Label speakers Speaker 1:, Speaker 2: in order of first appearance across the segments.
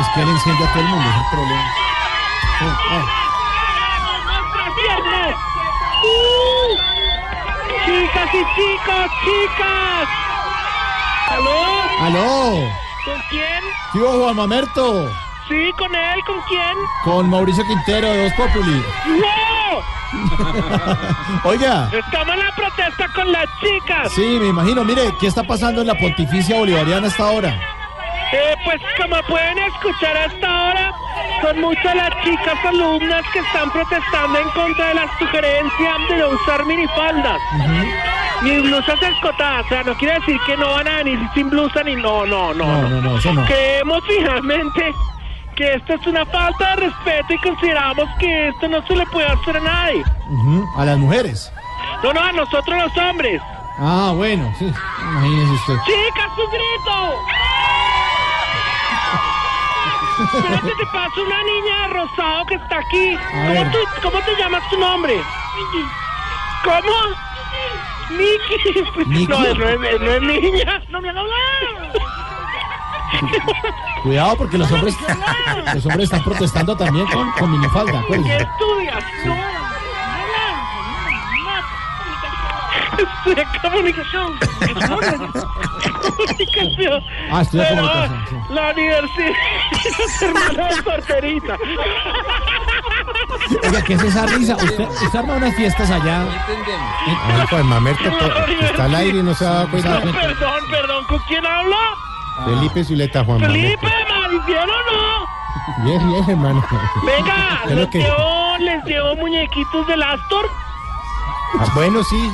Speaker 1: Es que él enciende a todo el mundo, es el problema. Oh, oh.
Speaker 2: nuestras piernas. Chicas y chicos, chicas. ¿Aló?
Speaker 1: ¡Aló!
Speaker 2: ¿Con quién?
Speaker 1: ¿Qué hubo, Juan Mamerto?
Speaker 2: Sí, con él, ¿con quién?
Speaker 1: Con Mauricio Quintero de Voz Populi.
Speaker 2: ¡No!
Speaker 1: Oiga,
Speaker 2: Estamos en la protesta con las chicas.
Speaker 1: sí, me imagino. Mire, ¿qué está pasando en la Pontificia Bolivariana hasta ahora?
Speaker 2: Eh, pues como pueden escuchar hasta ahora, son muchas las chicas alumnas que están protestando en contra de la sugerencia de no usar minifaldas. Ni blusas escotadas, o sea, no quiere decir que no van a venir sin blusa ni no, no, no.
Speaker 1: No, no, no, eso no.
Speaker 2: Creemos finalmente que esto es una falta de respeto y consideramos que esto no se le puede hacer a nadie.
Speaker 1: Ujú, A las mujeres.
Speaker 2: No, no, a nosotros los hombres.
Speaker 1: Ah, bueno, sí. Imagínese usted.
Speaker 2: ¡Chicas, su grito! Espera que te pase una niña de rosado que está aquí. ¿Cómo,
Speaker 1: ver.
Speaker 2: tú, ¿Cómo te llamas tu nombre? ¿Cómo? Niki.
Speaker 1: ¿Niki?
Speaker 2: No, no es, no es niña. No me han hablado.
Speaker 1: Cuidado porque los hombres, los hombres están protestando también con, con minifalda.
Speaker 2: ¿Qué
Speaker 1: acuérdese.
Speaker 2: estudias? No. Estudia comunicación.
Speaker 3: Ah,
Speaker 2: comunicación.
Speaker 1: Ah, estudia
Speaker 2: Pero,
Speaker 1: comunicación, sí.
Speaker 2: La universidad. Los hermanos de porterita.
Speaker 1: Oiga, ¿qué es esa risa? Usted, usted arma unas fiestas allá.
Speaker 3: Ay, Juan Mamerto to- está al aire y no se ha dado cuenta.
Speaker 2: No, perdón, perdón. ¿Con quién hablo?
Speaker 3: Felipe Zuleta, Juan
Speaker 2: Felipe,
Speaker 3: Mamerto.
Speaker 2: maldición o no.
Speaker 3: Bien, bien, hermano.
Speaker 2: Venga,
Speaker 3: Creo
Speaker 2: les
Speaker 3: que-
Speaker 2: llevo, les llevo muñequitos del Astor.
Speaker 3: Ah, bueno, sí.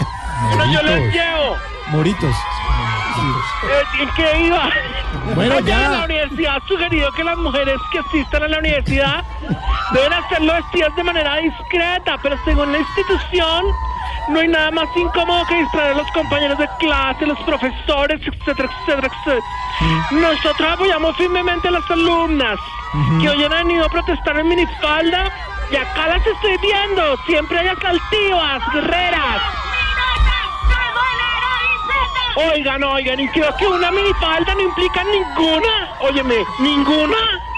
Speaker 2: No, yo les
Speaker 3: Moritos.
Speaker 2: llevo.
Speaker 1: Moritos.
Speaker 2: Eh, ¿En qué iba?
Speaker 1: Bueno,
Speaker 2: Oigan, La
Speaker 1: ya.
Speaker 2: universidad ha sugerido que las mujeres que asistan a la universidad deben hacerlo vestidas de manera discreta, pero según la institución no hay nada más incómodo que distraer a los compañeros de clase, los profesores, etcétera, etcétera, etcétera. Nosotros apoyamos firmemente a las alumnas que hoy han ido a protestar en minifalda y acá las estoy viendo, siempre hay altivas, guerreras. Oigan, oigan, y creo que una minifalda no implica ninguna, óyeme, ninguna,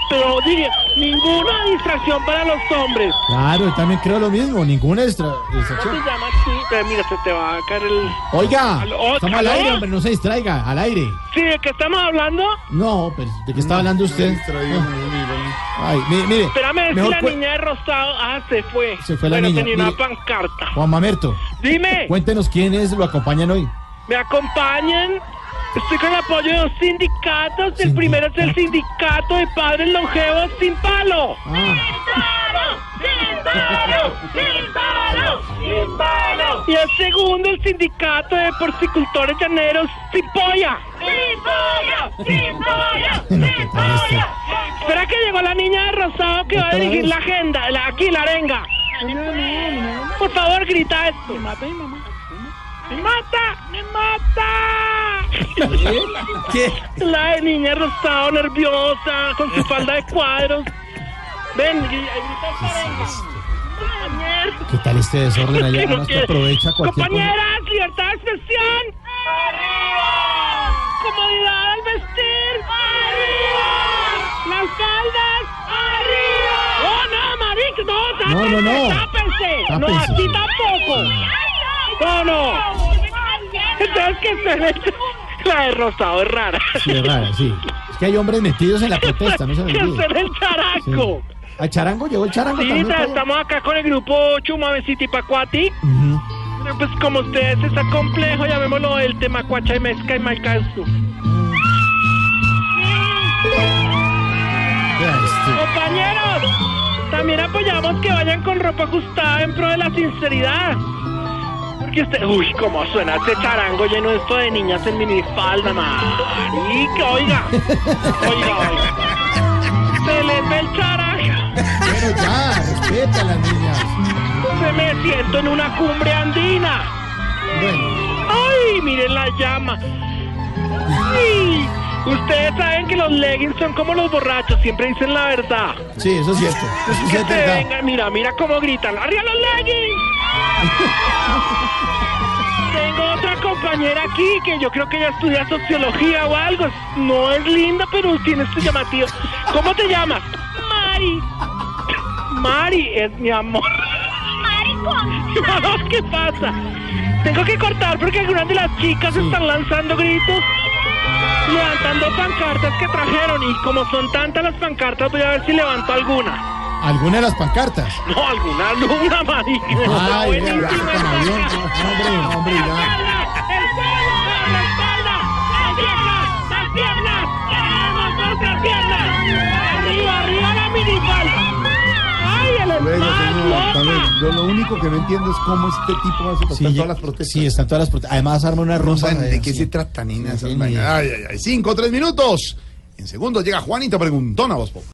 Speaker 2: pero diría, ninguna distracción para los hombres.
Speaker 1: Claro, yo también creo lo mismo. Ninguna extra-
Speaker 2: ¿Cómo
Speaker 1: distracción.
Speaker 2: se llama así? Pero mira, se te va a caer el...
Speaker 1: Oiga,
Speaker 2: ¿Aló?
Speaker 1: estamos al
Speaker 2: ¿Aló?
Speaker 1: aire, hombre, no se distraiga, al aire.
Speaker 2: Sí, ¿de qué estamos hablando?
Speaker 1: No, pero ¿de qué está hablando usted? Ay, mire, mire.
Speaker 2: Espérame, es que
Speaker 1: mejor
Speaker 2: la
Speaker 1: cu-
Speaker 2: niña de rosado, ah, se fue.
Speaker 1: Se fue la
Speaker 2: bueno,
Speaker 1: niña,
Speaker 2: tenía una
Speaker 1: mire.
Speaker 2: pancarta.
Speaker 1: Juan Mamerto,
Speaker 2: Dime,
Speaker 1: cuéntenos quiénes lo acompañan hoy.
Speaker 2: ¿me acompañan? Estoy con el apoyo de dos sindicatos. El primero es el sindicato de padres longevos sin palo.
Speaker 1: Ah,
Speaker 2: Y el segundo, el sindicato de porcicultores llaneros sin polla.
Speaker 1: este,
Speaker 2: Espera que llegó la niña de rosado que va a
Speaker 1: Otra
Speaker 2: dirigir
Speaker 1: vez.
Speaker 2: la agenda, la- aquí la arenga. Por favor, grita esto. Me mata mi mamá. Me mata, me mata.
Speaker 1: ¿Qué?
Speaker 2: La niña de rosado nerviosa, con su falda de cuadros. Ven, gri- grita esta arenga. Compañeros.
Speaker 1: ¿Qué tal este desorden allá?
Speaker 2: Que no
Speaker 1: Además que
Speaker 2: quiere.
Speaker 1: aprovecha cualquier cosa.
Speaker 2: Compañeras, libertad de expresión. Arriba. Comodidad al vestir. Arriba. Las faldas. Arriba. Oh, no, marica, no, tápense,
Speaker 1: no, no.
Speaker 2: tápense. No,
Speaker 1: Tápense.
Speaker 2: aquí tampoco. No, no. Entonces, que se La de rosado es rara.
Speaker 1: Sí, es rara, sí. Es que hay hombres metidos en la protesta, no se
Speaker 2: Que
Speaker 1: me olvide.
Speaker 2: hacer el
Speaker 1: Sí.
Speaker 2: characo.
Speaker 1: ¿Al charango? ¿Llegó el charango
Speaker 2: Sí,
Speaker 1: también?
Speaker 2: ta-
Speaker 1: para allá?
Speaker 2: estamos acá con el grupo Chumave City Pacuati.
Speaker 1: Ujú.
Speaker 2: Pero, Pues como ustedes está complejo, llamémoslo el tema cuacha y mezca y malcanzu.
Speaker 1: Vea este.
Speaker 2: Compañeros, también apoyamos que vayan con ropa ajustada en pro de la sinceridad. Porque usted, uy, cómo suena este charango lleno esto de niñas en minifalda, marica, oiga, oiga, oiga. Se les ve el charango,
Speaker 1: Pero ya, respeta a las niñas.
Speaker 2: se me siento en una cumbre andina.
Speaker 1: Bueno,
Speaker 2: ¡Ay! Miren la llama. ¡Ay! Ustedes saben que los leggings son como los borrachos, siempre dicen la verdad.
Speaker 1: sí, eso es cierto. Eso sí
Speaker 2: Que
Speaker 1: es
Speaker 2: se
Speaker 1: verdad.
Speaker 2: vengan, mira, mira cómo gritan. ¡Arriba los leggings! Tengo otra compañera aquí que yo creo que ella estudia sociología o algo. Es- No es linda, pero tiene su llamativo. ¿Cómo te llamas?
Speaker 4: Mari.
Speaker 2: Mari es mi amor.
Speaker 4: Maricón.
Speaker 2: No, ¿Qué pasa? Tengo que cortar porque algunas de las chicas están lanzando gritos, levantando pancartas que trajeron y como son tantas las pancartas voy a ver si levanto alguna.
Speaker 1: ¿Alguna de las pancartas?
Speaker 2: No, alguna alumna, Mari.
Speaker 1: Ay, ya,
Speaker 2: Buenísima
Speaker 1: ya,
Speaker 2: esta
Speaker 1: ya,
Speaker 2: canción.
Speaker 1: ya, hombre, hombre, ya.
Speaker 5: Luego, señor, tal vez, yo lo único que no entiendo es cómo este tipo hace para
Speaker 1: Sí,
Speaker 5: estar
Speaker 1: ya-
Speaker 5: todas las protestas.
Speaker 1: sí, están todas las protestas. Además, arma una
Speaker 5: No
Speaker 1: rumba.
Speaker 5: saben de
Speaker 1: eh,
Speaker 5: qué
Speaker 1: sí.
Speaker 5: se tratan, niñas.
Speaker 1: Sí,
Speaker 5: esas vainas.
Speaker 1: ni-
Speaker 5: Ay, ay, ay. Cinco, tres minutos. En segundos llega Juanita Preguntona, Voz Populi.